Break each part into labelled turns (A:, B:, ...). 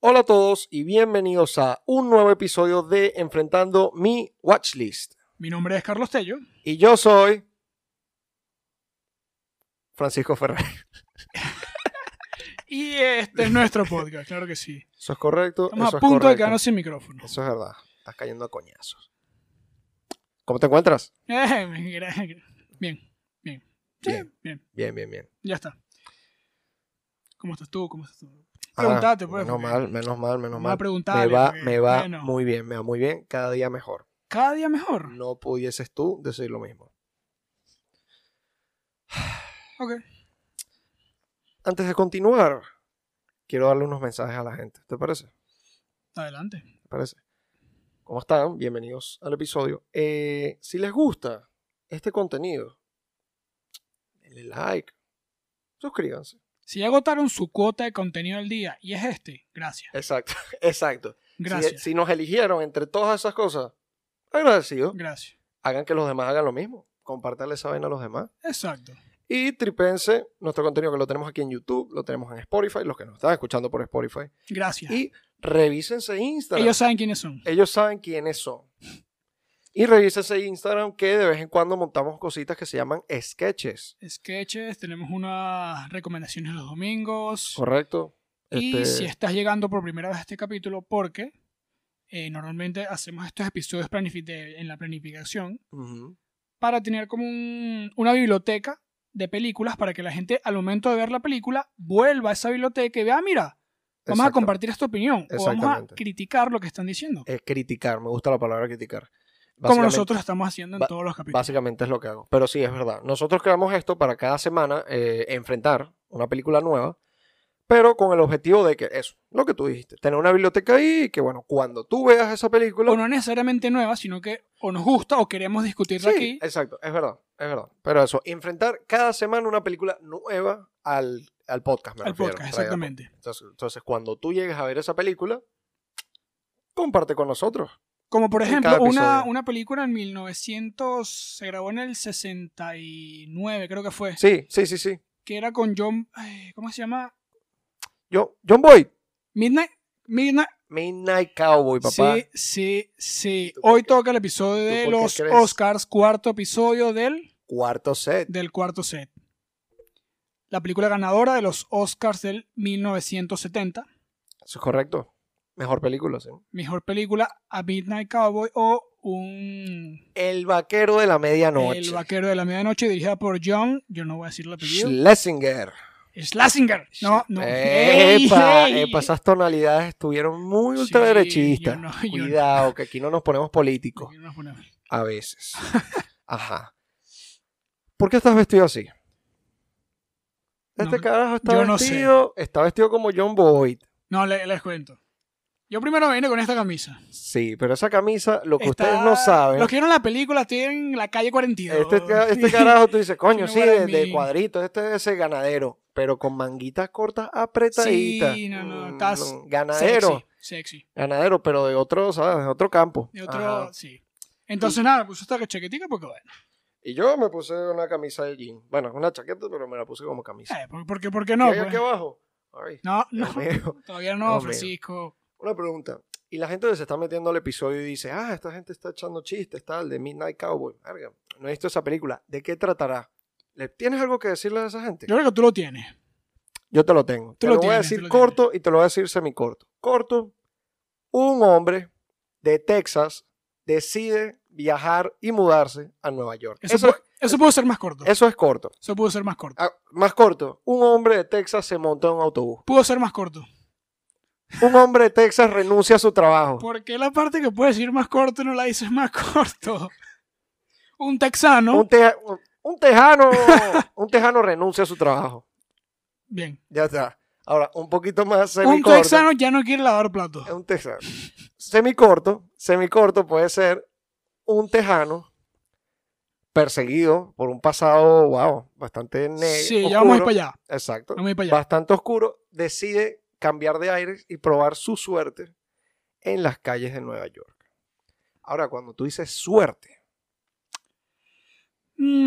A: Hola a todos y bienvenidos a un nuevo episodio de Enfrentando mi Watchlist.
B: Mi nombre es Carlos Tello.
A: Y yo soy Francisco Ferrer.
B: Y este es nuestro podcast, claro que sí.
A: Eso es correcto.
B: Estamos
A: eso es
B: a punto de
A: correcto.
B: quedarnos sin micrófono.
A: Eso es verdad. Estás cayendo a coñazos. ¿Cómo te encuentras?
B: Eh, mira, Bien, bien. Sí,
A: Bien.
B: bien.
A: Bien, bien, bien.
B: Ya está. ¿Cómo estás tú? ¿Cómo estás tú?
A: Ah,
B: Preguntate, pues,
A: Menos
B: porque-
A: mal, menos mal, menos
B: Vamos a
A: mal.
B: preguntarle.
A: Me va,
B: porque,
A: me va
B: bueno,
A: muy bien, me va muy bien. Cada día mejor.
B: Cada día mejor.
A: No pudieses tú decir lo mismo.
B: Ok.
A: Antes de continuar, quiero darle unos mensajes a la gente. ¿Te parece?
B: Adelante.
A: ¿Te parece? ¿Cómo están? Bienvenidos al episodio. Eh, si les gusta este contenido, denle like, suscríbanse.
B: Si ya agotaron su cuota de contenido al día y es este, gracias.
A: Exacto, exacto. Si-
B: Gracias.
A: Si, nos eligieron entre todas esas cosas, agradecidos,
B: Gracias.
A: hagan que los demás hagan lo mismo. Compártanle esa vaina a los demás.
B: Exacto.
A: Y tripense nuestro contenido que lo tenemos aquí en YouTube, lo tenemos en Spotify, los que nos están escuchando por Spotify.
B: Gracias.
A: Y revísense Instagram.
B: Ellos saben quiénes son.
A: ellos saben quiénes son. Y revísense Instagram que de vez en cuando montamos cositas que se llaman sketches.
B: Sketches, tenemos unas recomendaciones los domingos.
A: ¿Correcto?
B: Y
A: Este,
B: si estás llegando por primera vez a este capítulo, porque eh, normalmente hacemos estos episodios planifi- de- en la planificación
A: ujú,
B: para tener como un- una biblioteca de películas para que la gente al momento de ver la película vuelva a esa biblioteca y vea, "Ah, mira, vamos a
A: exacto.
B: compartir esta opinión o vamos a
A: Exactamente.
B: criticar lo que están diciendo.
A: Eh, criticar, me gusta la palabra criticar.
B: Como
A: Básicamente-
B: nosotros estamos haciendo en
A: ba-
B: todos los capítulos.
A: Básicamente es lo que hago. Pero sí, es verdad. Nosotros creamos esto para cada semana eh, enfrentar una película nueva, pero con el objetivo de que eso, lo que tú dijiste, tener una biblioteca ahí y que, bueno, cuando tú veas esa película...
B: O no necesariamente nueva, sino que o nos gusta o queremos discutirla
A: Sí,
B: aquí.
A: exacto, es verdad, es verdad. Pero eso, enfrentar cada semana una película nueva al, al podcast, me
B: Al
A: refiero,
B: podcast,
A: trae al
B: exactamente.
A: podcast. Entonces, entonces, cuando tú llegues a ver esa película, comparte con nosotros.
B: Como por
A: en cada
B: ejemplo, una,
A: episodio.
B: una película en 1900, se grabó en el 69, creo que fue,
A: Sí, sí, sí, sí.
B: que era con John, ay, ¿cómo se llama?
A: Yo, John Boyd,
B: Midnight, Midnight,
A: Midnight Cowboy, papá.
B: sí, sí, sí.
A: ¿Tú por
B: Hoy toca el episodio de
A: por qué
B: los
A: crees?
B: Oscars, cuarto episodio del,
A: Cuarto set.
B: del cuarto set. La película ganadora de los Oscars del 1970,
A: Eso es correcto. Mejor película, sí.
B: mejor película A Midnight Cowboy o un...
A: El vaquero de la medianoche.
B: El vaquero de la medianoche dirigida por John, yo no voy a decir el apellido.
A: Schlesinger.
B: Schlesinger. No, no.
A: Epa,
B: Ey, ey.
A: epa, esas tonalidades estuvieron muy
B: Sí,
A: ultraderechistas.
B: yo no, yo no.
A: Cuidado, que aquí no nos ponemos políticos.
B: No nos ponemos.
A: A veces. Ajá. ¿Por qué estás vestido así? Este
B: No,
A: carajo está
B: yo no sé.
A: vestido. Está vestido como John Boyd.
B: No, le- les cuento. Yo primero vine con esta camisa.
A: Sí, pero esa camisa, lo que
B: Está-
A: ustedes no saben.
B: Los que vieron la película estoy en la calle 42.
A: Este, ca- este carajo, tú dices, coño,
B: Sí,
A: sí,
B: no
A: de,
B: vale
A: de
B: mi-
A: cuadrito, este es ese ganadero, pero con manguitas cortas apretaditas.
B: Sí, no, no,
A: Mm,
B: estás
A: ganadero,
B: Sexy, sexy.
A: ganadero, pero de otro, ¿sabes? De otro campo.
B: De otro,
A: Ajá.
B: sí. Entonces, nada, me puse esta chaquetica porque, bueno,
A: Y yo me puse una camisa de jean. Bueno, una chaqueta, pero me la puse como camisa.
B: eh, ¿por, porque, porque
A: ¿Y
B: no?
A: hay
B: pues?
A: aquí abajo? Ay,
B: No, no,
A: Dios mío.
B: todavía no,
A: Dios mío.
B: Francisco.
A: Una pregunta. Y la gente que se está metiendo al episodio y dice, ah, esta gente está echando chistes, tal, de Midnight Cowboy. Verga, no he visto esa película. ¿De qué tratará? ¿Le- ¿Tienes algo que decirle a esa gente?
B: Yo creo que tú lo tienes.
A: Yo te lo tengo.
B: Tú
A: te
B: lo
A: lo, voy a
B: tienes, tú
A: decir
B: lo
A: corto y te lo voy a decir semicorto. Corto, un hombre de Texas decide viajar y mudarse a Nueva York.
B: Eso,
A: Eso,
B: pu- eso pudo ser más corto.
A: eso es corto.
B: Eso pudo ser más corto.
A: Ah, más corto, un hombre de Texas se monta en un autobús.
B: Pudo ser más corto.
A: Un hombre de Texas renuncia a su trabajo.
B: ¿Por qué la parte que puedes ir más corto no la dices más corto? Un texano.
A: Un, teja- un- un tejano, un tejano renuncia a su trabajo.
B: Bien.
A: Ya está. Ahora, un poquito más
B: Un
A: semicorto.
B: texano ya no quiere lavar platos.
A: Es un texano. Semicorto, semicorto puede ser un tejano perseguido por un pasado, wow, bastante negro.
B: Sí, ya vamos a ir para allá.
A: Exacto.
B: Vamos a ir para allá.
A: Bastante oscuro, decide cambiar de aires y probar su suerte en las calles de Nueva York. Ahora, cuando tú dices suerte,
B: Mm,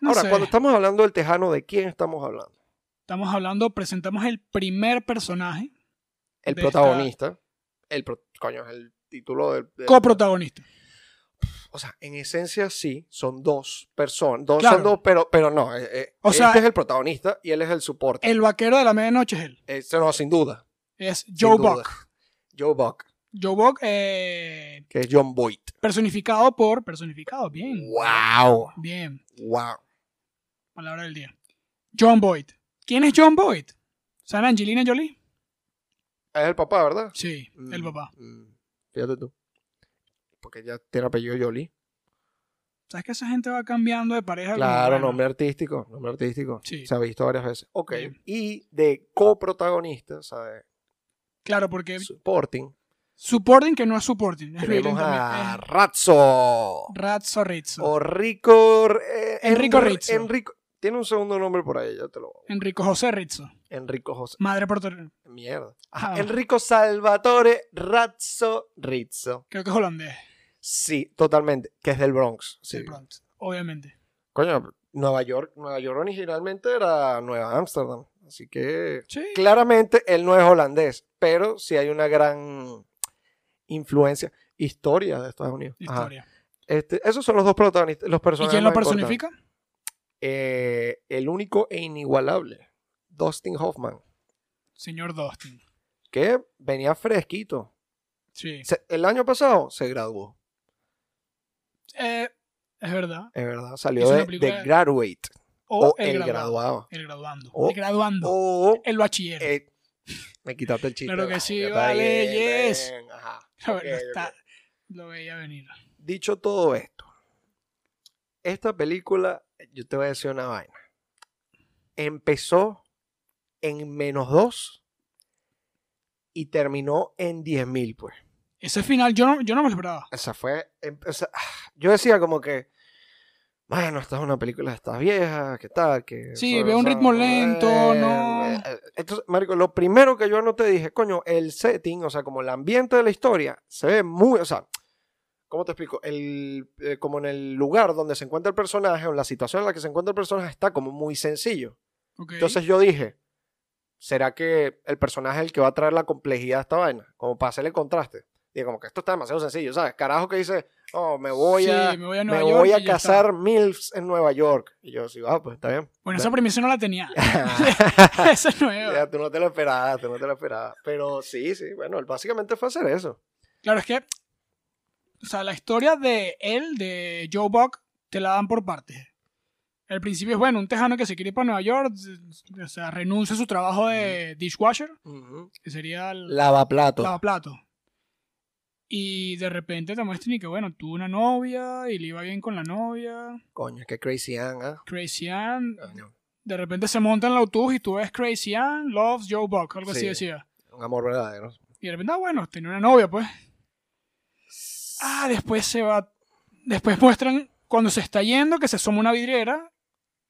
B: no
A: ahora,
B: sé.
A: cuando estamos hablando del tejano, ¿de quién estamos hablando?
B: Estamos hablando, presentamos el primer personaje
A: el
B: de
A: protagonista, el pro- coño, es el título del... del-
B: Coprotagonista.
A: o sea, en esencia sí, son dos personas, dos,
B: Claro.
A: son dos, pero, pero no, eh, eh,
B: O
A: este
B: sea,
A: es el protagonista y él es el soporte.
B: El vaquero de la medianoche es él.
A: Eso no, sin duda.
B: Es
A: sin
B: Joe
A: duda.
B: Buck.
A: Joe Buck,
B: Joe Buck, eh,
A: que es John Boyd.
B: personificado por. Personificado, bien.
A: ¡Wow!
B: Bien,
A: ¡Wow!
B: palabra del día. John Boyd. ¿Quién es John Boyd? ¿San Angelina Jolie?
A: Es el papá, ¿verdad?
B: Sí, el
A: Mm,
B: papá.
A: mm, Fíjate tú. Porque ya tiene apellido Jolie.
B: ¿Sabes que esa gente va cambiando de pareja? como,
A: Claro,
B: bueno,
A: nombre artístico, nombre artístico.
B: Sí.
A: Se ha visto varias veces. Ok.
B: Bien.
A: Y de coprotagonista, o sea, de
B: Claro, porque
A: supporting,
B: supporting que no es supporting. Es
A: tenemos
B: reading
A: a
B: también, es
A: Razzo.
B: Razzo Rizzo.
A: O Rico... eh,
B: Enrico
A: Enr-
B: Rizzo.
A: Enrico... Tiene un segundo nombre por ahí, ya te lo...
B: Enrico José Rizzo.
A: Enrico José.
B: Madre puertorriqueña.
A: Mierda.
B: Ah.
A: Enrico Salvatore Razzo Rizzo.
B: Creo que es holandés.
A: Sí, totalmente. Que es del Bronx. Sí.
B: del Bronx, Obviamente.
A: Coño, Nueva York, Nueva York originalmente era Nueva Ámsterdam. Así que
B: Sí.
A: claramente él no es holandés, pero sí hay una gran influencia, historia de Estados Unidos. Ajá.
B: Historia.
A: Este, esos son los dos protagonistas, los
B: ¿Y
A: personajes.
B: quién lo
A: más importantes.
B: personifica?
A: Eh, el único e inigualable, Dustin Hoffman,
B: Señor Dustin.
A: que venía fresquito.
B: Sí.
A: Se- el año pasado se graduó,
B: Eh, es verdad.
A: es verdad, salió
B: Hizo una
A: de,
B: película-
A: de Graduate
B: O,
A: o,
B: el,
A: el graduado.
B: graduado. El graduando.
A: O-
B: el graduando.
A: O
B: el bachiller.
A: eh, me quitaste el chiste.
B: Claro que
A: ¿verdad?
B: sí,
A: Ya está
B: vale,
A: bien, está
B: yes.
A: bien, ajá.
B: A ver,
A: ok,
B: no
A: ok.
B: está- Lo veía venir.
A: Dicho todo esto, esta película, yo te voy a decir una vaina. Empezó en menos dos y terminó en 10.000, pues.
B: Ese final yo no, yo no me lo esperaba.
A: O sea, fue. em- o sea, ah, yo decía como que. Bueno, esta es una película de estas viejas, ¿qué tal? Que,
B: Sí,
A: o
B: veo un
A: sea,
B: ritmo lento, no.
A: eh, Entonces, Marico, lo primero que yo anoté dije, coño, el setting, o sea, como el ambiente de la historia, se ve muy. O sea, ¿cómo te explico? El, eh, como en el lugar donde se encuentra el personaje, o en la situación en la que se encuentra el personaje, está como muy sencillo.
B: Ok.
A: Entonces yo dije, ¿será que el personaje es el que va a traer la complejidad a esta vaina? Como para hacerle contraste. Dije, como que esto está demasiado sencillo, ¿sabes? Carajo que dice, oh, me voy
B: Sí,
A: a,
B: me voy a,
A: me
B: Nueva York
A: voy
B: y
A: a
B: ya está.
A: casar MILFs en Nueva York. Y yo, sí, ah, pues está bien.
B: Bueno, esa premisa no la tenía.
A: Ya,
B: esa es nueva.
A: tú no te lo esperabas, tú no te lo esperabas. Pero sí, sí, bueno, él básicamente fue hacer eso.
B: Claro, es que. O sea, la historia de él, de Joe Buck, te la dan por partes. El principio es, bueno, un tejano que se quiere ir para Nueva York, o sea, renuncia a su trabajo de dishwasher, que sería el
A: Lavaplato.
B: lavaplato. Y de repente te muestran y que, bueno, tuvo una novia y le iba bien con la novia.
A: Coño, qué crazy Ann, ¿ah?
B: Crazy Ann.
A: Coño,
B: De repente se monta en el autobús y tú ves Crazy Ann loves Joe Buck, algo así
A: Sí.
B: decía.
A: Un amor verdadero.
B: Y de repente, ah, bueno, tenía una novia, pues. Ah, después se va. Después muestran cuando se está yendo que se asoma una vidriera.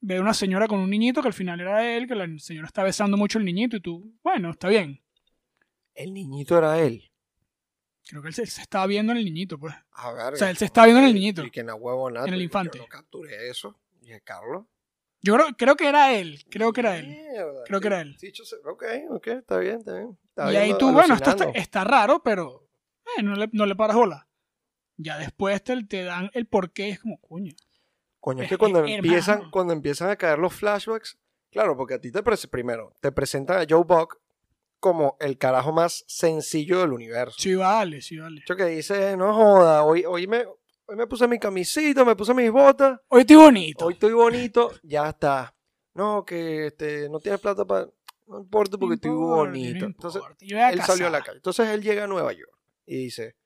B: Ve una señora con un niñito que al final era él, que la señora está besando mucho el niñito y tú, bueno, está bien.
A: El niñito era él.
B: Creo que él se, se estaba viendo en el niñito, pues.
A: A ver,
B: O sea, él se está viendo en el niñito.
A: Y que en la huevo nada.
B: En el
A: yo-
B: infante.
A: Yo no capturé eso. Dije, Carlos.
B: Yo creo, creo que era él, creo que era él.
A: Mierda,
B: Creo que era él.
A: sí, yo sé- ok, ok, está bien, está bien. Está
B: Y
A: bien,
B: ahí
A: no,
B: tú, bueno, esto está,
A: alucinando.
B: está raro, pero eh, no, le, no le paras bola. Ya después te, te dan el porqué, es como, coño.
A: Coño, es
B: es
A: que cuando
B: que,
A: empiezan,
B: hermano.
A: cuando empiezan a caer los flashbacks, claro, porque a ti te parece, primero, te presentan a Joe Buck como el carajo más sencillo del universo.
B: Sí, vale, sí, vale.
A: Yo que dice, no joda, hoy, hoy, me, hoy me puse mi camisita, me puse mis botas,
B: Hoy estoy bonito.
A: hoy estoy bonito, ya está. No, que este, no tienes plata para... No importa porque estoy bonito. Entonces, él salió a la calle. Entonces él llega a Nueva York y dice,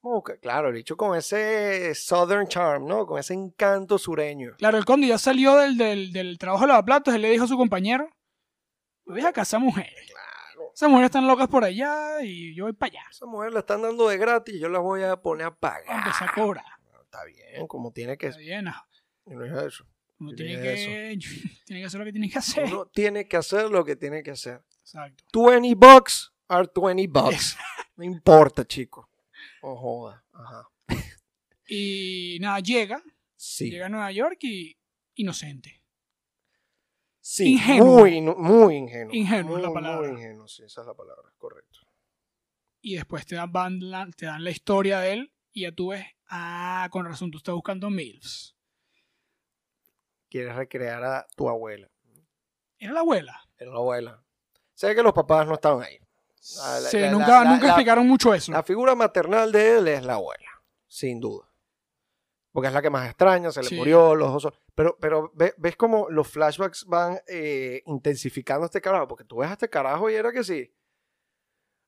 A: "Oh, que- claro, el hecho con ese Southern Charm, ¿no? Con ese encanto sureño.
B: Claro, el conde ya salió del, del, del trabajo de lavaplatos. Él le dijo a su compañero: Me voy a casar mujeres.
A: Claro.
B: Esas mujeres están locas por allá y yo voy para allá.
A: Esa mujer la están dando de gratis y yo la voy a poner a
B: Voy a
A: pagar.
B: empezar a cobrar.
A: Está bien, como tiene que
B: Está bien, ah,
A: y no es eso.
B: uno
A: Tiene
B: tiene que, tiene que hacer lo que tiene que hacer.
A: Uno tiene que hacer lo que tiene que hacer.
B: Exacto.
A: 20 bucks are 20 bucks. No importa, chico. Oh, joda. Ajá.
B: Y nada, llega,
A: Sí.
B: llega a Nueva York y inocente.
A: Sí.
B: Ingenuo.
A: Muy, inu- muy ingenuo.
B: Ingenuo es la
A: Muy,
B: palabra.
A: Muy ingenuo, sí, esa es la palabra, correcto.
B: y después te dan, van la- te dan la historia de él y ya tú ves, ah, con razón, tú estás buscando MILFs.
A: Quieres recrear a tu abuela.
B: Era la abuela.
A: Era la abuela. Sé que los papás no estaban ahí. Ah, la-
B: Sí,
A: la-
B: nunca,
A: la-
B: nunca
A: la-
B: explicaron mucho eso.
A: La figura maternal de él es la abuela, sin duda. Porque es la que más extraña, se le
B: Sí.
A: murió, los osos. Pero, pero ve- ves como los flashbacks van eh, intensificando a este carajo. Porque tú ves a este carajo y era que sí.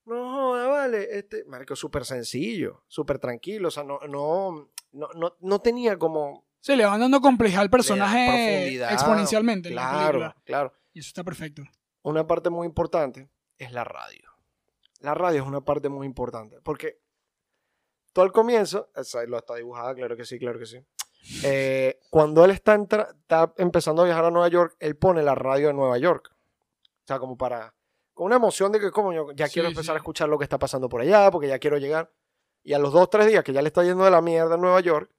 A: No, joda, vale. Este, marico, súper sencillo, súper tranquilo. O sea, no, no, no, no, no tenía como.
B: Sí, le van dando complejidad al personaje
A: profundidad,
B: exponencialmente. en la
A: Claro,
B: película.
A: claro
B: Y eso está perfecto.
A: una parte muy importante es la radio. La radio es una parte muy importante porque todo al comienzo, o sea, lo está dibujada, claro que sí, claro que sí. Eh, cuando él está, entra- está empezando a viajar a Nueva York, él pone la radio de Nueva York. O sea, como para. Con una emoción de que, como yo ya
B: Sí,
A: quiero empezar a
B: sí.
A: escuchar lo que está pasando por allá, porque ya quiero llegar. Y a los dos, tres días que ya le está yendo de la mierda a Nueva York,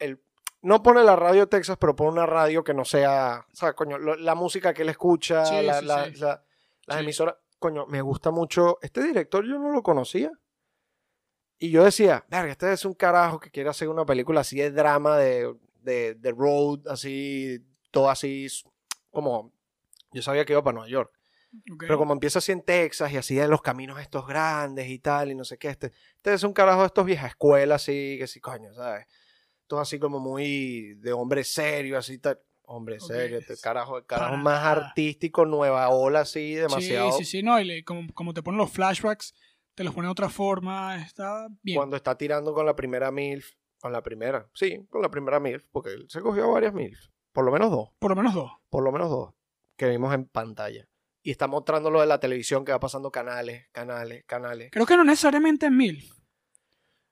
A: él no pone la radio de Texas, pero pone una radio que no sea. O sea, coño, lo- la música que él escucha,
B: Sí,
A: la-
B: sí,
A: la-
B: sí.
A: la- las
B: Sí.
A: emisoras. Coño, me gusta mucho. Este director yo no lo conocía. Y yo decía, verga, este es un carajo que quiere hacer una película así de drama, de, de, de road, así, todo así, como yo sabía que iba para Nueva York.
B: Ok.
A: Pero como empieza así en Texas y así de los caminos estos grandes y tal, y no sé qué, este, este es un carajo de estos viejas escuelas, así, que sí, coño, ¿sabes? Todo así como muy de hombre serio, así tal. Hombre
B: Ok.
A: serio, este carajo, el carajo
B: Para
A: más
B: nada.
A: artístico, nueva ola, así, demasiado.
B: Sí, sí, sí, no, y le- como, como te ponen los flashbacks, te los ponen de otra forma, está bien.
A: Cuando está tirando con la primera MILF, con la primera, sí, con la primera MILF, porque él se cogió varias MILF, por lo menos dos.
B: Por lo menos dos.
A: por lo menos dos, que vimos en pantalla. Y está mostrando lo de la televisión que va pasando canales, canales, canales.
B: Creo que no necesariamente es MILF.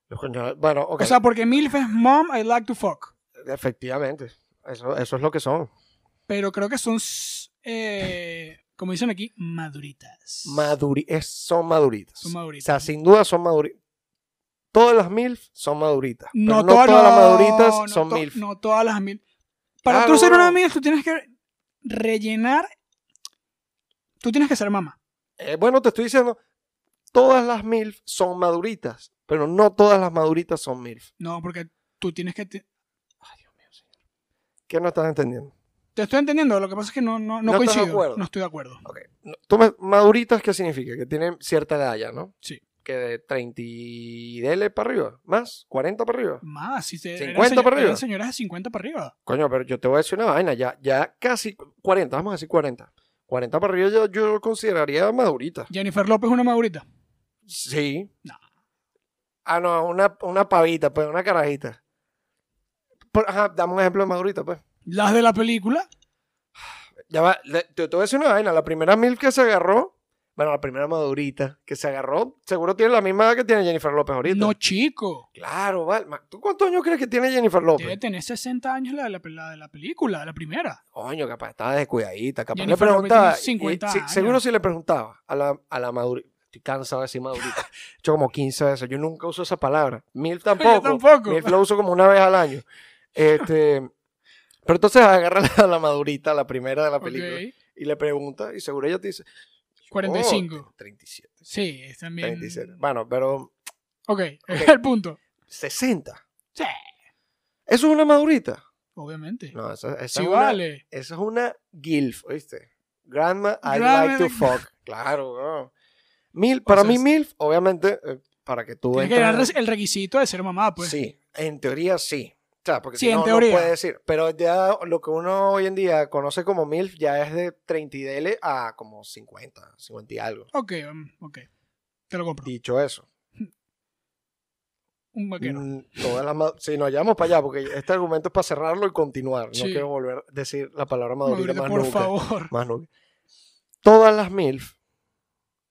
A: Los coño- Bueno, ok,
B: O sea, porque MILF es Mom, I like to fuck.
A: efectivamente. Eso, eso es lo que son.
B: Pero creo que son, s- eh, como dicen aquí, maduritas.
A: Maduri es- son maduritas.
B: Son maduritas.
A: O sea, sin duda son maduritas. Todas las MILF son maduritas. pero No,
B: toda-
A: todas las maduritas
B: no,
A: son
B: to-
A: MILF.
B: No todas las MILF. Para
A: Claro,
B: tú ser una
A: bro.
B: MILF, tú tienes que rellenar. Tú tienes que ser mamá.
A: Eh, bueno, te estoy diciendo, todas las MILF son maduritas, pero no todas las maduritas son MILF.
B: No, porque tú tienes que. Te,
A: Ay, Dios mío, señor. ¿Qué no estás entendiendo?
B: te estoy entendiendo, lo que pasa es que no, no,
A: No
B: no
A: estás de
B: coincido.
A: acuerdo.
B: No estoy de acuerdo.
A: Ok. No, tú me- maduritas, ¿qué significa? Que tienen cierta edad ya, ¿no?
B: Sí.
A: Que de 30 y dele para arriba, más, 40 para arriba.
B: Más, si se,
A: 50
B: eran,
A: para arriba.
B: eran señoras de 50 para arriba.
A: Coño, pero yo te voy a decir una vaina, ya, ya casi 40, vamos a decir 40. 40 para arriba yo, yo consideraría madurita.
B: Jennifer López una madurita.
A: Sí.
B: No.
A: Ah, no, una, una pavita, pues, una carajita. Por- ajá, dame un ejemplo de madurita, pues.
B: Las de la película.
A: Ya va, le- te, te voy a decir una vaina. La primera mil que se agarró, bueno, la primera madurita que se agarró, seguro tiene la misma edad que tiene Jennifer López ahorita.
B: No, chico.
A: Claro, Val. ma- ¿Tú cuántos años crees que tiene Jennifer López?
B: Debe tener 60 años la de la, la de la película, la primera.
A: Coño, capaz estaba descuidadita. Capaz
B: Jennifer
A: le
B: López
A: preguntaba.
B: tiene 50
A: y si-
B: años.
A: seguro si le preguntaba a la, a la madurita. Estoy cansado de decir madurita. He hecho como 15 veces. Yo nunca uso esa palabra. Mil tampoco.
B: tampoco.
A: Milf la uso como una vez al año. Este. Pero entonces agarra a la madurita, la primera de la película,
B: Ok.
A: y le pregunta, y seguro ella te dice...
B: 45.
A: "Oh, 37,
B: Sí, es también.
A: 37. Bueno, pero
B: Ok, el punto.
A: 60.
B: Sí,
A: ¿Eso es una madurita?
B: obviamente.
A: No, esa, esa
B: sí,
A: es una-
B: vale.
A: Eso es una GILF, ¿oíste? Grandma, I
B: Grandma
A: like to
B: de-
A: fuck. Claro, bro. Mil, para
B: sea,
A: mí,
B: es-
A: MILF, obviamente, eh, para que tú
B: Tiene que
A: entres-
B: llenar el requisito de ser mamá, pues.
A: Sí, en teoría sí. O sea, porque
B: Sí,
A: si
B: en
A: no,
B: teoría.
A: no puede decir. Pero ya lo que uno hoy en día conoce como MILF ya es de 30 y DL a como 50, 50 y algo.
B: Ok, um, ok. Te lo compro.
A: Dicho eso,
B: Un vaquero.
A: mm, todas las si nos llevamos para allá, porque este argumento es para cerrarlo y continuar. No
B: Sí.
A: quiero volver a decir la palabra madurita,
B: Madurita,
A: más
B: por
A: nunca.
B: favor.
A: Más nunca. Todas las MILF.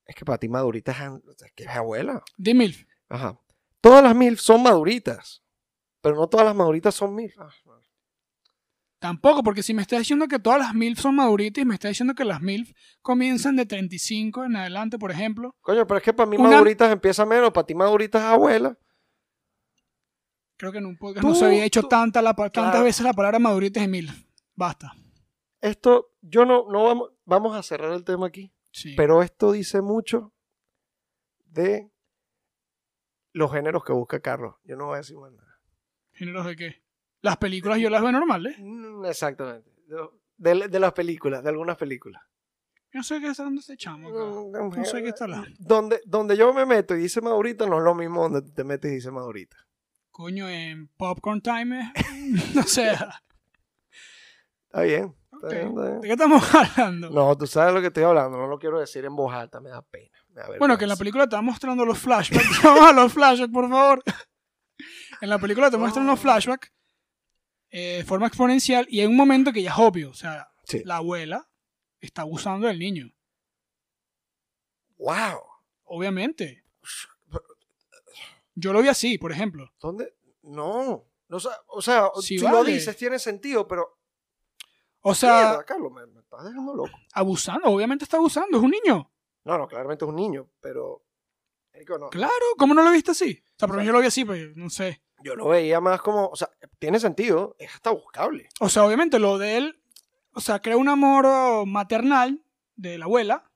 A: Es que para ti madurita es, an- es que es abuela.
B: De MILF.
A: Ajá. Todas las MILF son maduritas. Pero no todas las maduritas son MILF. Ah, no.
B: Tampoco, porque si me está diciendo que todas las MILF son maduritas y me está diciendo que las MILF comienzan de 35 en adelante, por ejemplo,
A: Coño, pero es que para mí
B: Una-
A: maduritas empieza menos. Para ti maduritas es abuela.
B: creo que en un podcast
A: Tú-
B: no se había hecho
A: tú-
B: tanta la, pa- tantas
A: Claro.
B: veces la palabra maduritas y MILF. Basta.
A: Esto, yo no, no vamos, vamos a cerrar el tema aquí.
B: Sí.
A: Pero esto dice mucho de los géneros que busca Carlos. Yo no voy a decir más nada.
B: ¿Géneros de qué? Las películas yo las veo normales.
A: Mm, Exactamente. De, de las películas, de algunas películas.
B: Yo no sé qué está dando este chamo acá. No sé qué está hablando.
A: Donde, donde yo me meto y dice Maurita, no es lo mismo donde tú te metes y dice Maurita.
B: Coño, en Popcorn Time. es- no sé.
A: Está bien. Está
B: Ok.
A: bien, está bien.
B: ¿De qué estamos hablando?
A: No, tú sabes lo que estoy hablando, no lo quiero decir en voz alta, me da pena. me da
B: Bueno, que en
A: vergüenza.
B: la película te va mostrando los flashbacks. Vamos a los flashbacks, por favor. En la película te muestran los flashbacks eh, de forma exponencial y hay un momento que ya es obvio. O sea,
A: Sí.
B: la abuela está abusando del niño.
A: ¡Wow!
B: Obviamente. Yo lo vi así, por ejemplo.
A: ¿Dónde? No. no sa- o sea,
B: Sí,
A: si lo
B: vale.
A: dices tiene sentido, pero.
B: O sea,
A: mierda, Carlos, me, me estás dejando loco.
B: abusando. Obviamente está abusando. Es un niño.
A: No, no, claramente es un niño, pero. marico, no.
B: Claro. ¿Cómo no lo viste así? O sea, pero yo lo vi así, pero no sé.
A: Yo lo veía más como. O sea, tiene sentido, es hasta buscable.
B: O sea, obviamente lo de él, o sea, crea un amor oh, maternal de la abuela,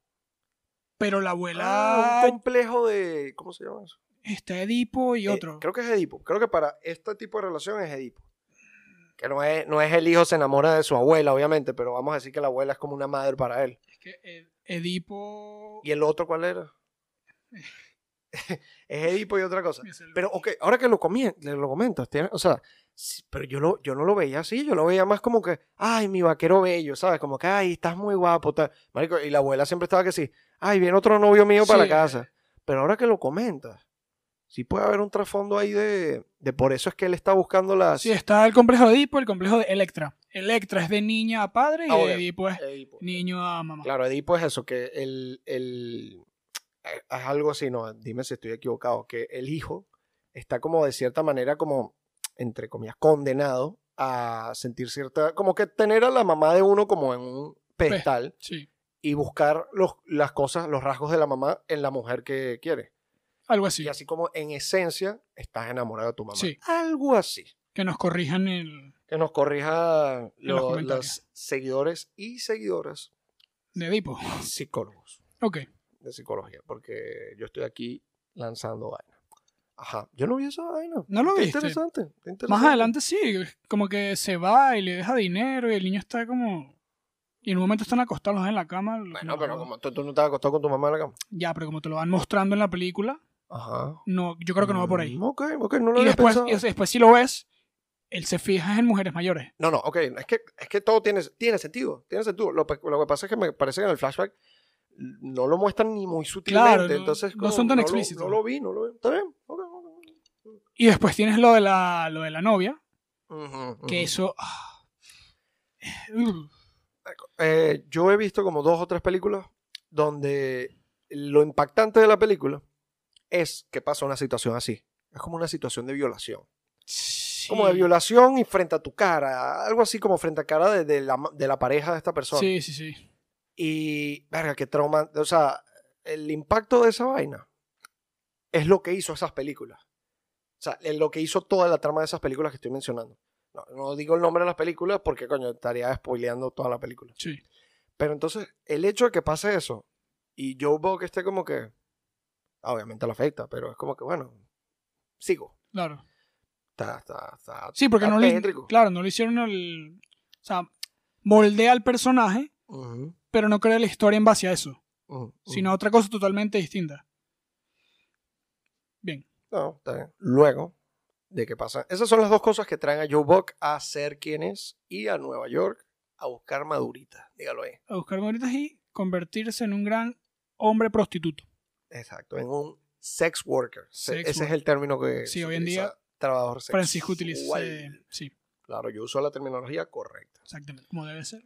B: pero la
A: Ah,
B: abuela
A: un complejo de. ¿Cómo se llama eso?
B: está Edipo y
A: Eh,
B: otro.
A: creo que es Edipo. Creo que para este tipo de relación es Edipo. Que no es, no es el hijo se enamora de su abuela, obviamente, pero vamos a decir que la abuela es como una madre para él.
B: Es que Ed- Edipo...
A: ¿Y el otro cuál era? es Edipo y otra cosa.
B: Es el-
A: Pero, ok, ahora que lo, comien- le- lo comentas, tiene- o sea, sí, pero yo, lo, yo no lo veía así, yo lo veía más como que, ay, mi vaquero bello, ¿sabes? Como que, ay, estás muy guapo, tal. Marico, y la abuela siempre estaba que sí, ay, viene otro novio mío para
B: Sí.
A: la casa. Pero ahora que lo comentas, sí puede haber un trasfondo ahí de, de por eso es que él está buscando las...
B: Sí, está el complejo de Edipo, el complejo de Electra. Electra es de niña a padre y
A: Ah,
B: de
A: obvio.
B: Edipo es
A: Edipo.
B: niño a mamá.
A: Claro, Edipo es eso, que el, el- es algo así, no, dime si estoy equivocado, que el hijo está como de cierta manera como, entre comillas, condenado a sentir cierta, como que tener a la mamá de uno como en un pedestal
B: Sí,
A: y buscar los, las cosas, los rasgos de la mamá en la mujer que quiere.
B: algo así.
A: Y así como en esencia estás enamorado de tu mamá.
B: Sí.
A: Algo así.
B: Que nos corrijan el
A: Que nos corrija
B: los
A: lo-
B: comentarios.
A: los seguidores y seguidoras
B: de Edipo.
A: psicólogos.
B: Ok.
A: de psicología, porque yo estoy aquí lanzando vaina. Ajá, yo no vi esa vaina.
B: ¿No lo
A: Está
B: viste?
A: Interesante, está
B: Más
A: interesante.
B: adelante sí, como que se va y le deja dinero y el niño está como... Y en un momento están acostados los dos en la cama.
A: Bueno,
B: los
A: pero
B: dos.
A: como tú, tú no estabas acostado con tu mamá en la cama.
B: Ya, pero como te lo van mostrando en la película,
A: Ajá.
B: no, yo creo que no va por ahí.
A: Mm, Ok, ok, no lo
B: Y
A: había
B: después,
A: pensado.
B: y después si lo ves, él se fija en mujeres mayores.
A: No, no, ok, es que, es que todo tiene, tiene sentido, tiene sentido. Lo, pe- lo que pasa es que me parece que en el flashback no lo muestran ni muy sutilmente,
B: no-
A: entonces
B: no
A: como
B: son tan
A: lo-
B: explícitos.
A: No lo vi, no lo vi. Está bien, ok, ok, ok.
B: Y después tienes lo de la, lo de la novia,
A: Ujú, ujú.
B: que eso... ah. Uh,
A: Eh, yo he visto como dos o tres películas donde lo impactante de la película es que pasa una situación así. Es como una situación de violación.
B: sí.
A: Como de violación y frente a tu cara. Algo así como frente a cara de, de la, ma- de la pareja de esta persona.
B: Sí, sí, sí.
A: Y, verga, qué trauma. O sea, el impacto de esa vaina es lo que hizo esas películas. O sea, es lo que hizo toda la trama de esas películas que estoy mencionando. No, no digo el nombre de las películas porque, coño, estaría spoileando toda la película.
B: sí.
A: Pero entonces, el hecho de que pase eso, y Joe Buck esté como que. Obviamente lo afecta, pero es como que, bueno, sigo.
B: Claro.
A: Está, está, está.
B: Sí, porque
A: está
B: no le,
A: tétrico.
B: claro, no le hicieron el... O sea, moldea al personaje,
A: Ujú,
B: pero no crea la historia en base a eso,
A: ujú, ujú.
B: sino a otra cosa totalmente distinta. Bien.
A: No, está bien. Luego de que pasa. Esas son las dos cosas que traen a Joe Buck a ser quien es y a Nueva York a buscar madurita. Dígalo ahí.
B: a buscar morritas y convertirse en un gran hombre prostituto.
A: Exacto, en un sex worker. Se-
B: Sex
A: ese es
B: worker.
A: el término que.
B: Sí,
A: se
B: hoy en día,
A: utiliza, Trabajador sexual.
B: Francisco utiliza. ese- Sí,
A: Claro, yo uso la terminología correcta.
B: exactamente. Como debe ser.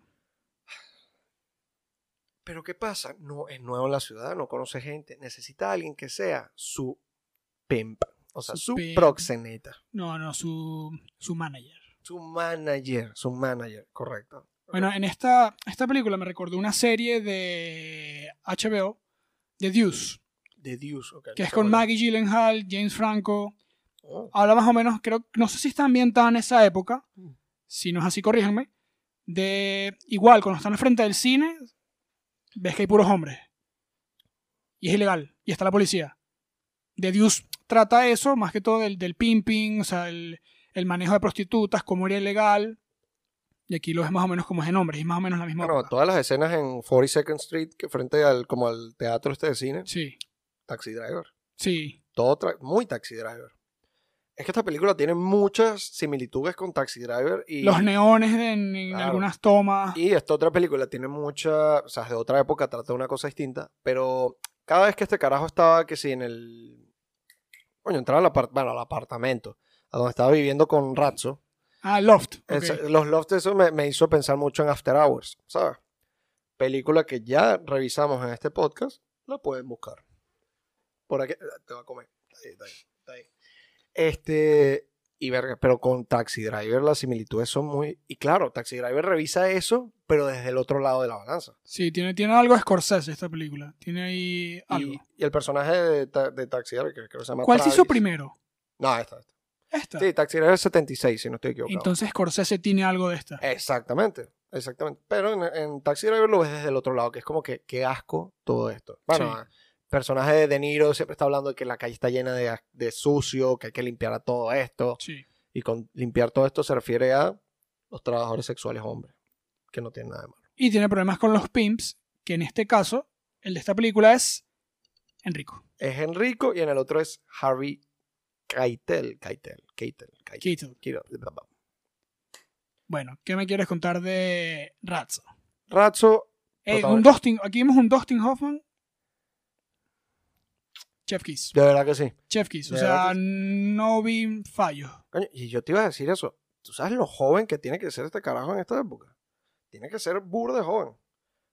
A: Pero ¿qué pasa? No es nuevo en la ciudad, no conoce gente. Necesita a alguien que sea su pimp, o sea,
B: Su
A: su,
B: pimp.
A: proxeneta,
B: No, no, su, su manager.
A: su manager, su manager, correcto.
B: Bueno, en esta, esta película me recordó una serie de HBO, de Deuce,
A: De Dios, ok.
B: que
A: no
B: es
A: sé
B: con
A: cuál
B: Maggie Gyllenhaal, James Franco.
A: Oh,
B: Habla más o menos, creo, no sé si está ambientada en esa época.
A: Mm.
B: Si no es así, corríjanme. De, igual, cuando están al frente del cine, ves que hay puros hombres. Y es ilegal. Y está la policía. The Deuce trata eso, más que todo del, del pimping, o sea, el, el manejo de prostitutas, cómo era ilegal. Y aquí lo ves más o menos como es en hombres, y más o menos la misma.
A: Bueno,
B: época.
A: todas las escenas en 42nd Street, que frente al, como al teatro este de cine,
B: Sí,
A: Taxi Driver.
B: sí,
A: Todo tra- muy Taxi Driver. Es que esta película tiene muchas similitudes con Taxi Driver y,
B: los neones en, en
A: Claro.
B: algunas tomas.
A: y esta otra película tiene mucha, o sea, es de otra época, trata una cosa distinta, pero cada vez que este carajo estaba, que sí, en el... Coño, entraba al, apart- bueno, al apartamento, a donde estaba viviendo con Ratzo.
B: Ah, Loft. ok.
A: Esa- los Loft, eso me, me hizo pensar mucho en After Hours, ¿sabes? Película que ya revisamos en este podcast, la pueden buscar. Por aquí, eh, te va a comer. Está ahí, está ahí, está ahí. Este, y verga, pero con Taxi Driver las similitudes son muy. Y claro, Taxi Driver revisa eso, pero desde el otro lado de la balanza.
B: Sí, tiene, tiene algo de Scorsese esta película. Tiene ahí algo.
A: Y, y el personaje de, ta- de Taxi Driver, que creo que se llama.
B: ¿Cuál se hizo
A: Travis.
B: primero?
A: No, esta, esta.
B: Esta.
A: Sí, Taxi Driver 76, si no estoy equivocado.
B: Entonces Scorsese tiene algo de esta.
A: Exactamente, exactamente. Pero en, en Taxi Driver lo ves desde el otro lado, que es como que qué asco todo esto. Bueno,
B: Sí.
A: el personaje de De Niro siempre está hablando de que la calle está llena de, as- de sucio, que hay que limpiar a todo esto.
B: Sí.
A: Y con limpiar todo esto se refiere a los trabajadores sexuales hombres, que no tienen nada de malo.
B: Y tiene problemas con los pimps, que en este caso, el de esta película es Enrico.
A: Es Enrico y en el otro es Harry Keitel, Keitel, Keitel, Keitel.
B: Keaton.
A: Keitel, bla, bla.
B: Bueno, ¿qué me quieres contar de Ratzo?
A: Ratzo,
B: Eh,
A: Por favor.
B: un Dustin, aquí vimos un Dustin Hoffman. Chef Kiss.
A: de verdad que sí.
B: Chef Kiss. O
A: De
B: sea,
A: verdad que
B: no vi fallos.
A: Coño, y yo te iba a decir eso. ¿Tú sabes lo joven que tiene que ser este carajo en esta época? Tiene que ser burda de joven.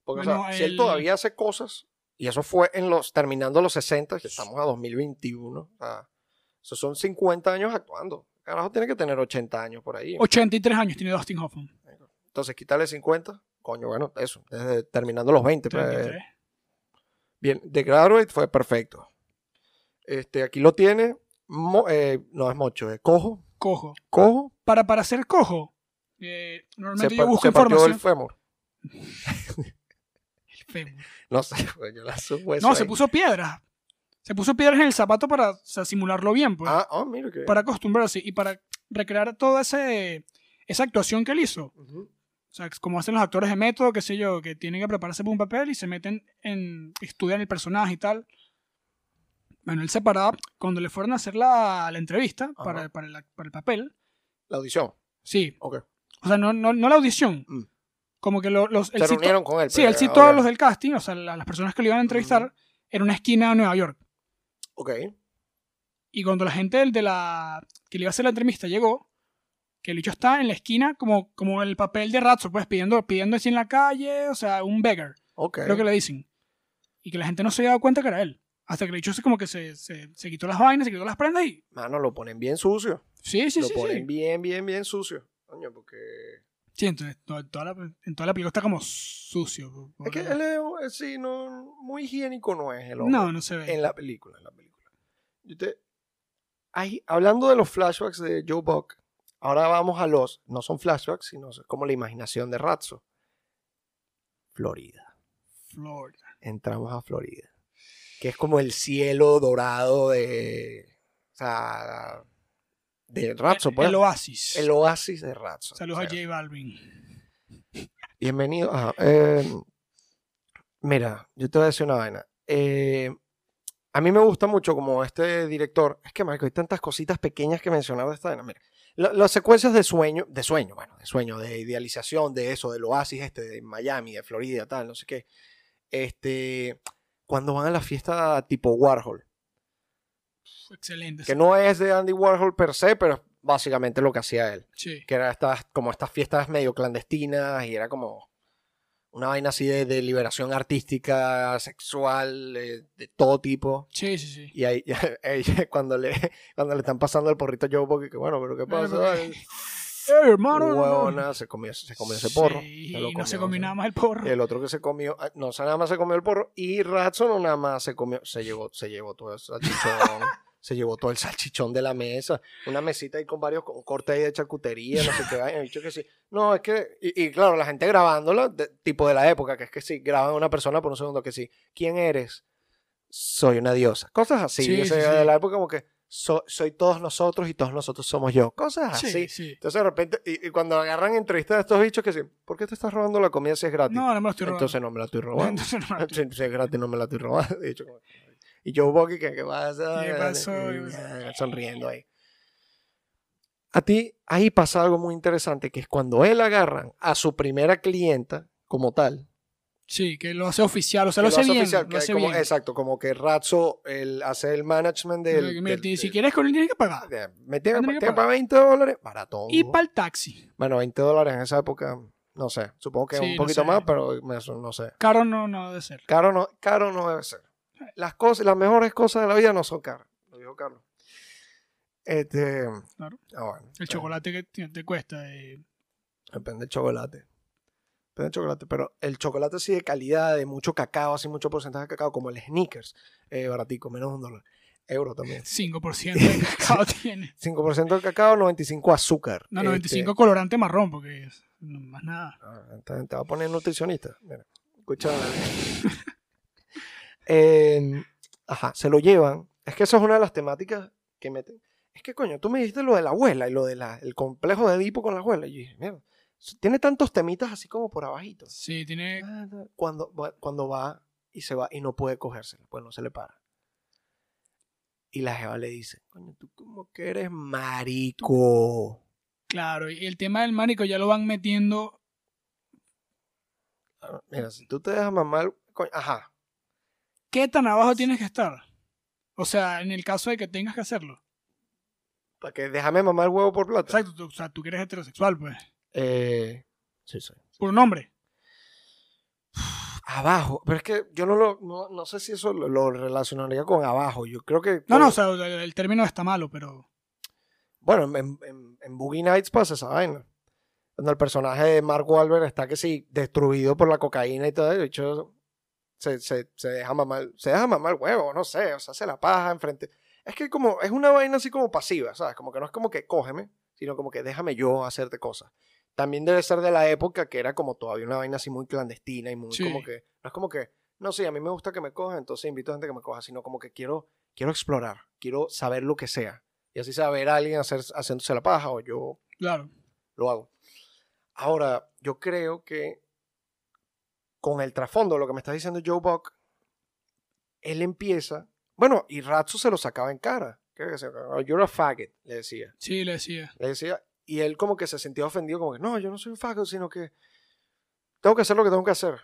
A: Porque, o
B: Bueno,
A: sea, si él
B: el-
A: todavía hace cosas, y eso fue en los, terminando los 60, que estamos a 2021, o sea, eso son 50 años actuando. El Carajo tiene que tener 80 años por ahí.
B: 83 años tiene Dustin Hoffman.
A: Entonces, quítale 50, coño, bueno, eso, desde terminando los 20. pues,
B: 33.
A: Bien, The Graduate fue perfecto. Este, aquí lo tiene, Mo- eh, no es mocho, es cojo,
B: Cojo.
A: cojo,
B: Para, para ser cojo, eh,
A: se,
B: normalmente
A: par-
B: yo busco
A: se partió
B: información.
A: el fémur.
B: Fémur.
A: No sé, güey, yo la subo eso
B: No, se
A: ahí.
B: puso piedras. Se puso piedras en el zapato para o sea, simularlo bien, pues.
A: Ah, oh, mira que.
B: Para acostumbrarse y para recrear toda ese, esa actuación que él hizo.
A: Ujú.
B: O sea, como hacen los actores de método, qué sé yo, que tienen que prepararse para un papel y se meten en. estudian el personaje y tal. Bueno, él se paraba cuando le fueron a hacer la, la entrevista
A: Ajá.
B: para, para la- para el papel.
A: La audición.
B: Sí.
A: Ok.
B: O sea, no, no, no la audición.
A: Mm.
B: Como que lo- los. él
A: Se
B: citó-
A: reunieron con él.
B: sí,
A: pero
B: él
A: ya,
B: citó a
A: ok.
B: los del casting, o sea, la- las personas que le iban a entrevistar,
A: Ujú.
B: en una esquina de Nueva York.
A: Ok.
B: Y cuando la gente del de la que le iba a hacer la entrevista llegó, que el bicho está en la esquina como, como el papel de Ratso, pues pidiendo, pidiendo así en la calle, o sea, un beggar,
A: Ok.
B: creo que le dicen. Y que la gente no se había dado cuenta que era él. Hasta que el bicho se como que se, se, se quitó las vainas, se quitó las prendas y...
A: Mano, lo ponen bien sucio.
B: Sí, sí,
A: lo
B: sí.
A: ponen
B: Sí.
A: bien, bien, bien sucio. Coño, porque.
B: Sí, entonces to- toda la, en toda la película está como sucio. po-
A: Es que
B: pobre.
A: él es. eh, Sí, no. Muy higiénico no es el hombre.
B: no, no se ve.
A: En la película, en la película. Yo te- Ahí, hablando de los flashbacks de Joe Buck, ahora vamos a los. No son flashbacks, sino es como la imaginación de Ratzo. Florida.
B: Florida.
A: entramos a Florida, que es como el cielo dorado de. O sea, de Ratso,
B: El-
A: pues.
B: El
A: El,
B: oasis.
A: oasis de Ratso.
B: Saludos
A: O sea,
B: a J Balvin.
A: Bienvenido. ajá, eh, mira, yo te voy a decir una vaina. Eh, a mí me gusta mucho como este director. Es que, Marco, hay tantas cositas pequeñas que mencionar de esta vaina. Mira, la- las secuencias de sueño, de sueño, bueno, de sueño, de idealización, de eso, del oasis este, de Miami, de Florida, tal, no sé qué. Este, cuando van a la fiesta tipo Warhol,
B: Excelente.
A: que no es de Andy Warhol per se, pero es básicamente lo que hacía él
B: Sí.
A: que era estas, como estas fiestas medio clandestinas y era como una vaina así de, de liberación artística, sexual, eh, de todo tipo.
B: Sí, sí, sí.
A: Y ahí ella, cuando, le, cuando le están pasando el porrito a Joe Buck, y que bueno, pero ¿qué pasa?
B: Eh, ¡Ey, hermano!
A: Huevona, se comió, se comió ese porro.
B: Sí,
A: se lo
B: y no se
A: comió,
B: combinaba
A: sí.
B: más el porro.
A: El otro que se comió, ah, no, o sea, nada más se comió el porro. Y Ratson no nada más se comió, se llevó, se llevó todo el salchichón. se llevó todo el salchichón de la mesa. Una mesita ahí con varios, con cortes ahí de charcutería, no sé qué. vaina, el bicho que sí. No, es que, y, y claro, la gente grabándola, de- tipo de la época, que es que sí, graban a una persona por un segundo que sí. ¿Quién eres? soy una diosa. Cosas así.
B: Sí,
A: Yo sé,
B: sí, sí.
A: de la época como que so- soy todos nosotros y todos nosotros somos yo. Cosas así.
B: Sí, sí.
A: Entonces de repente, y, y cuando agarran entrevistas de estos bichos que dicen, ¿por qué te estás robando la comida si es gratis?
B: No, no me lo estoy robando.
A: Ah, Entonces no me la estoy robando.
B: Entonces, no me lo estoy-
A: si, si es gratis no me la estoy robando. Y yo, como- y Joe Bucky, que, que pasa?
B: ¿Qué pasó?
A: Eh, Sonriendo ahí. A ti, ahí pasa algo muy interesante, que es cuando él agarran a su primera clienta como tal,
B: Sí, que lo hace oficial, o sea,
A: que
B: lo hace
A: hace
B: bien.
A: oficial, que
B: Lo hace
A: como-
B: bien.
A: Exacto, como que Ratzo el, hace el management del...
B: Mira, mira,
A: del-
B: ti- si
A: del-
B: quieres con él tienes que pagar.
A: de- me tiene
B: Tendría que
A: para
B: pagar.
A: 20 dólares, barato.
B: Y para el taxi.
A: Bueno, 20 dólares en esa época, no sé. Supongo que
B: Sí,
A: un
B: no
A: poquito
B: sé.
A: más, pero me su- no sé.
B: Caro no, no debe ser.
A: Caro no, caro no debe ser. Las, cosas, las mejores cosas de la vida no son caras. Lo dijo Carlos. Este.
B: Claro.
A: ah, bueno.
B: El chocolate que te, te cuesta. eh,
A: Depende del chocolate. Depende del chocolate. Pero el chocolate así de calidad, de mucho cacao, así mucho porcentaje de cacao, como el sneakers. Eh, baratico, menos de un dólar. Euro también.
B: 5% de cacao tiene.
A: 5% de cacao, 95 azúcar.
B: No,
A: Este,
B: 95 colorante marrón, porque es no, más nada.
A: Ah, Te, te va a poner nutricionista. Mira, escucha. Eh, ajá, se lo llevan. Es que eso es una de las temáticas que meten. Es que, coño, tú me dijiste lo de la abuela y lo del el complejo de Edipo con la abuela. Y yo dije, mierda, tiene tantos temitas así como por abajito.
B: Sí, tiene.
A: Cuando, va- cuando va y se va y no puede cogérsela, pues no se le para. Y la jeva le dice, coño, tú como que eres marico.
B: Claro, y el tema del marico ya lo van metiendo.
A: Ah, Mira, si tú te dejas mamar, coño, ajá,
B: ¿Qué tan abajo tienes que estar? O sea, en el caso de que tengas que hacerlo.
A: Para que déjame mamar el huevo por plata.
B: Exacto, tú, o sea, tú que eres heterosexual, pues.
A: Eh, sí, sí.
B: Por un hombre.
A: Abajo. Pero es que yo no lo. No, no sé si eso lo, lo relacionaría con abajo. Yo creo que.
B: No, no, o sea, el, el término está malo, pero.
A: Bueno, en, en, en Boogie Nights pasa esa vaina. Cuando el personaje de Mark Wahlberg está que sí, destruido por la cocaína y todo eso. dicho, se, se, se deja mamar. Se deja mamar el huevo, no sé. O sea, se la paja enfrente. Es que como. Es una vaina así como pasiva, ¿sabes? Como que no es como que cógeme, sino como que déjame yo hacerte cosas. También debe ser de la época que era como todavía una vaina así muy clandestina y muy
B: Sí.
A: como que. No es como que. No, sí, a mí me gusta que me coja, entonces invito a gente que me coja, sino como que quiero, quiero explorar, quiero saber lo que sea. Y así sea ver a alguien hacer, haciéndose la paja o yo
B: Claro.
A: lo hago. Ahora, yo creo que con el trasfondo de lo que me está diciendo Joe Buck, él empieza. Bueno, y Ratsu se lo sacaba en cara. Creo que se- You're a faggot, le decía.
B: Sí, le decía.
A: Le decía. Y él como que se sentía ofendido, como que no, yo no soy un faggot, sino que tengo que hacer lo que tengo que hacer.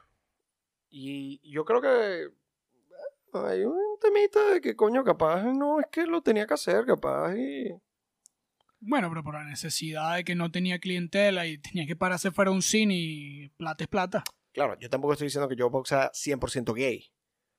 A: Y yo creo que hay un temita de que, coño, capaz no es que lo tenía que hacer, capaz y.
B: Bueno, pero por la necesidad de que no tenía clientela y tenía que pararse fuera de un cine y plata es plata.
A: Claro, yo tampoco estoy diciendo que Joe Buck sea 100% gay.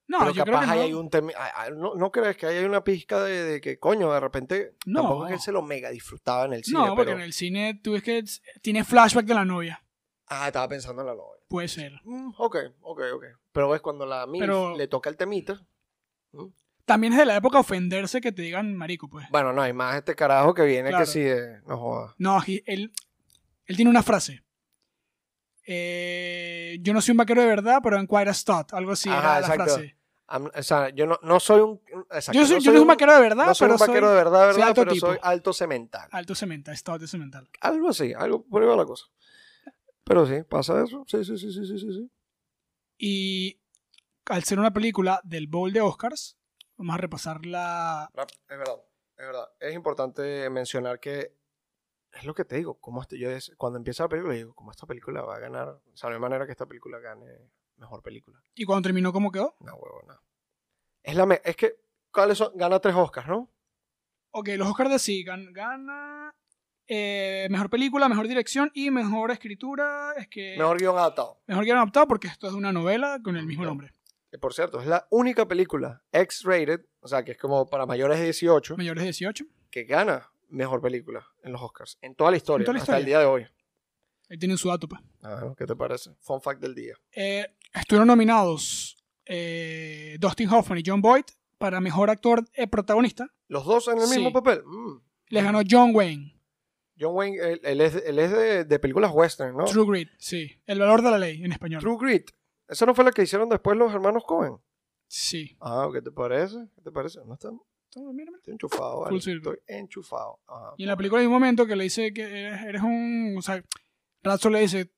B: No,
A: pero
B: yo
A: capaz
B: creo que
A: ahí
B: no.
A: hay un temi- ah, ah, ¿no, no crees que ahí hay una pizca de, de que, coño, de repente.
B: No.
A: Tampoco es que él se lo mega disfrutaba en el cine.
B: no, porque
A: pero-
B: en el cine tú ves que es- tiene flashback de la novia.
A: Ah, estaba pensando en la novia.
B: Puede ser.
A: Mm, ok, ok, ok. Pero ves, cuando la MILF
B: Pero-
A: le toca el temita.
B: También es de la época ofenderse que te digan marico, pues.
A: Bueno, no, hay más este carajo que viene
B: Claro.
A: que sí de. No jodas.
B: No, he- él, él tiene una frase. Eh, yo no soy un vaquero de verdad, pero en quite a stud. Algo así
A: Ajá,
B: era la
A: exacto.
B: frase.
A: Am- O sea, yo no, no soy un. Exacto,
B: Yo, soy,
A: no
B: yo no soy un
A: no
B: vaquero de verdad,
A: soy
B: pero
A: un vaquero de verdad,
B: soy
A: verdad,
B: alto
A: pero
B: tipo.
A: soy alto cemental.
B: alto cemental, stud de cemental.
A: Algo así, algo por ahí va la cosa. Pero sí, pasa eso. Sí, sí, sí, sí, sí, sí. sí.
B: Y al ser una película del Bowl de Oscars, vamos a repasar la...
A: Rap- Es verdad, es verdad. Es importante mencionar que es lo que te digo. Como este- yo des- cuando empieza la película, digo, ¿cómo esta película va a ganar? O sea, no hay manera que esta película gane mejor película.
B: Y cuando terminó, ¿cómo quedó?
A: No, huevo, no. Es, la me- es que, ¿cuáles son? Gana tres Oscars, ¿no?
B: Ok, los Oscars de sí, gan- gana... eh, mejor película, mejor dirección y mejor escritura. Es que...
A: Mejor guión adaptado.
B: Mejor que han adaptado porque esto es de una novela con el mismo
A: Ya.
B: nombre.
A: Que, por cierto, es la única película X-rated, o sea, que es como para mayores de 18,
B: Mayores de 18.
A: que gana mejor película en los Oscars. En toda la historia,
B: En toda la
A: hasta el
B: historia.
A: día de hoy.
B: Ahí tienen su dato, pues.
A: Ah, ¿Qué te parece? Fun fact del día.
B: Eh, estuvieron nominados eh, Dustin Hoffman y John Boyd para mejor actor eh, protagonista.
A: ¿Los dos en el
B: Sí.
A: mismo papel? Mm.
B: Les ganó John Wayne,
A: John Wayne, él, él es, él es de, de películas western, ¿no? True,
B: True Grit, sí. El valor de la ley en español.
A: Grit. Esa no fue la que hicieron después los hermanos Cohen.
B: Sí.
A: Ah, ¿qué te parece? ¿Qué te parece? No está,
B: Toma, mira, mira.
A: estoy enchufado, vale.
B: Full circle.
A: Estoy enchufado. Ajá.
B: Y en la película hay un momento que le dice que eres, eres un. O sea, Ratso le dice,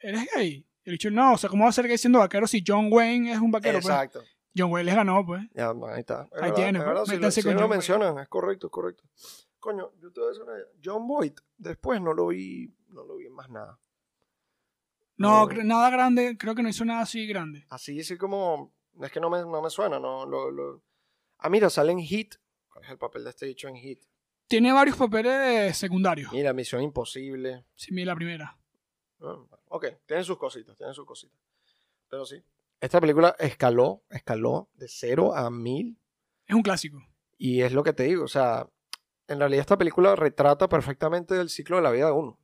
B: ¿eres gay? Y el dicho, no, o sea, ¿cómo va a ser gay siendo vaquero si John Wayne es un vaquero? pues?
A: Exacto.
B: John Wayne les ganó, pues.
A: Ya, bueno, ahí está. Es
B: Ahí
A: verdad,
B: tienes,
A: es verdad, si lo,
B: métanse
A: si
B: con
A: lo
B: John Boyd.
A: mencionan, es correcto, es correcto. Coño, yo te voy a decir una cosa. John Boyd, después no lo vi, no lo vi en más nada.
B: No,
A: No.
B: cre- nada grande, creo que no hizo nada así grande.
A: Así, así como, es que no me, no me suena, no, lo, lo- Ah, mira, sale en Hit. ¿Cuál es el papel de este dicho en Hit?
B: Tiene varios papeles secundarios.
A: Mira, Misión Imposible.
B: Sí, mira la primera.
A: Ah, Ok, tienen sus cositas, tienen sus cositas. Pero sí. Esta película escaló, escaló de cero a mil
B: Es un clásico.
A: Y es lo que te digo, o sea, en realidad esta película retrata perfectamente el ciclo de la vida de uno.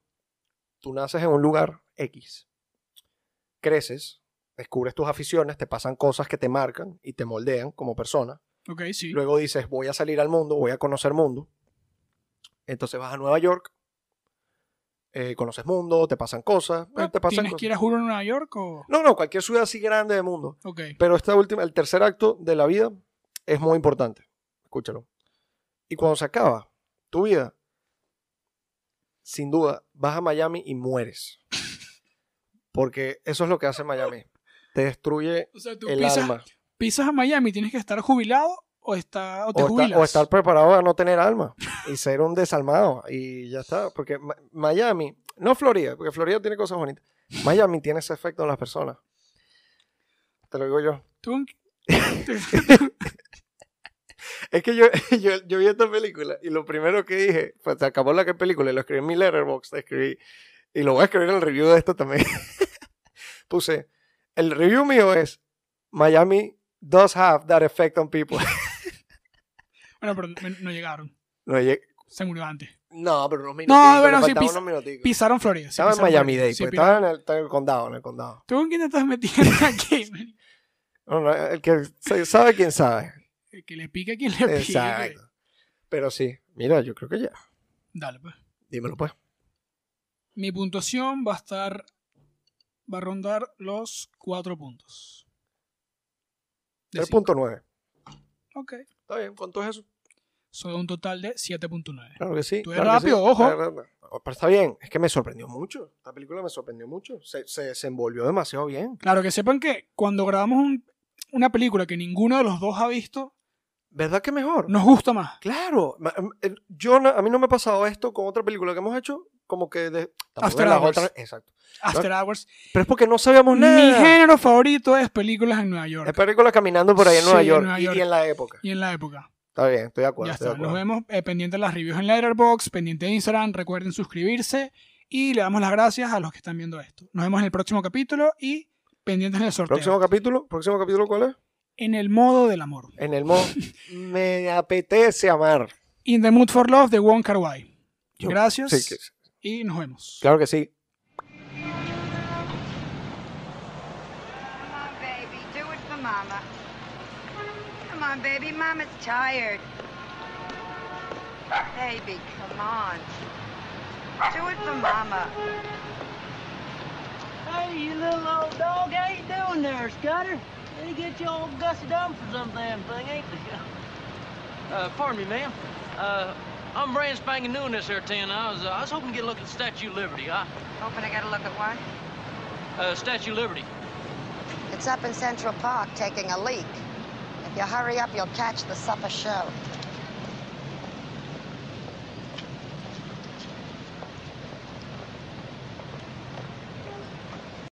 A: Tú naces en un lugar X, creces, descubres tus aficiones, te pasan cosas que te marcan y te moldean como persona.
B: Ok, sí.
A: Luego dices, voy a salir al mundo, voy a conocer mundo. Entonces vas a Nueva York, eh, conoces mundo, te pasan cosas, pero
B: Ah,
A: te pasan
B: ¿Tienes
A: cosas.
B: que ir a Juro en Nueva York o...?
A: No, no, cualquier ciudad así grande del mundo.
B: Ok.
A: Pero esta última, el tercer acto de la vida es muy importante. Escúchalo. Y cuando se acaba tu vida, sin duda, vas a Miami y mueres. Porque eso es lo que hace Miami. Te destruye
B: O sea, tú
A: el
B: pisas,
A: alma.
B: pisas a Miami, tienes que estar jubilado o, está, o te
A: O, esta-
B: jubilas.
A: o estar preparado a no tener alma y ser un desalmado. Y ya está. Porque Ma- Miami, no Florida, porque Florida tiene cosas bonitas. Miami tiene ese efecto en las personas. Te lo digo yo.
B: Tú-
A: Es que yo, yo, yo vi esta película y lo primero que dije, pues se acabó la que película y lo escribí en mi letterbox, escribí, y lo voy a escribir en el review de esta también. Puse, el review mío es, Miami does have that effect on people.
B: Bueno, pero no- no llegaron.
A: No, lleg-
B: Se murió antes.
A: no pero unos minuticos,
B: bueno,
A: le
B: sí,
A: faltaban
B: pis-
A: unos minuticos.
B: Pisaron Florida. sí,
A: estaba en
B: pisaron
A: Miami
B: Florida,
A: Dade,
B: sí,
A: pues,
B: pi-
A: estaba en el, estaba en el condado, en el condado.
B: ¿Tú con quién te estás metiendo aquí? man?
A: No, no, el que se- sabe, quién sabe.
B: El Eh, que le pique a quien le pique.
A: Exacto. Pero sí, mira, yo creo que ya.
B: Dale, pues.
A: Dímelo pues.
B: Mi puntuación va a estar. Va a rondar los cuatro puntos. De cinco.
A: 3.9.
B: Ok.
A: Está bien, ¿cuánto es eso?
B: Son un total de 7.9.
A: Claro que sí.
B: Tú eres
A: claro que
B: rápido, ojo.
A: Claro, claro, claro. Pero está bien, es que me sorprendió mucho. Esta película me sorprendió mucho. Se, se desenvolvió demasiado bien.
B: Claro, que sepan que cuando grabamos un- una película que ninguno de los dos ha visto,
A: ¿Verdad que mejor?
B: nos gusta más.
A: Claro. Ma- em, em, Yo, no- a mí no me ha pasado esto con otra película que hemos hecho. Como que de. tampoco
B: After
A: en las
B: Hours.
A: otras- Exacto.
B: After Hours.
A: Pero es porque no sabíamos
B: Mi
A: nada.
B: género favorito es películas en Nueva York.
A: Es película caminando por ahí en Nueva
B: Sí,
A: York.
B: Nueva
A: y-
B: York.
A: Y, en la época.
B: Y en la época.
A: Está bien, estoy de acuerdo.
B: Ya
A: estoy de
B: está. Nos
A: acuerdo.
B: vemos eh, pendiente de las reviews en Letterboxd, pendiente de Instagram. Recuerden suscribirse y le damos las gracias a los que están viendo esto. Nos vemos en el próximo capítulo y pendientes del sorteo.
A: Próximo capítulo. Próximo capítulo, ¿cuál es?
B: En el modo del amor.
A: En el modo. me apetece amar.
B: In the Mood for Love de Wong Kar Wai.
A: Yo-
B: Gracias
A: Sí, que-
B: y nos vemos.
A: claro que sí.
C: Come on, baby, do it for Mama. Come on, baby, Mama's tired. Baby, come on. Do it for Mama.
D: Hey, you little old dog, how you doing there, Scudder? Let me get you all gusted up for some damn thing, ain't they? Uh, pardon me, ma'am. Uh, I'm brand spanking new in this here town. I was, uh, I was hoping to get a look at the Statue of Liberty, huh?
C: Hoping I get a look at one.
D: Uh, Statue of Liberty.
C: It's up in Central Park taking a leak. If you hurry up, you'll catch the supper show.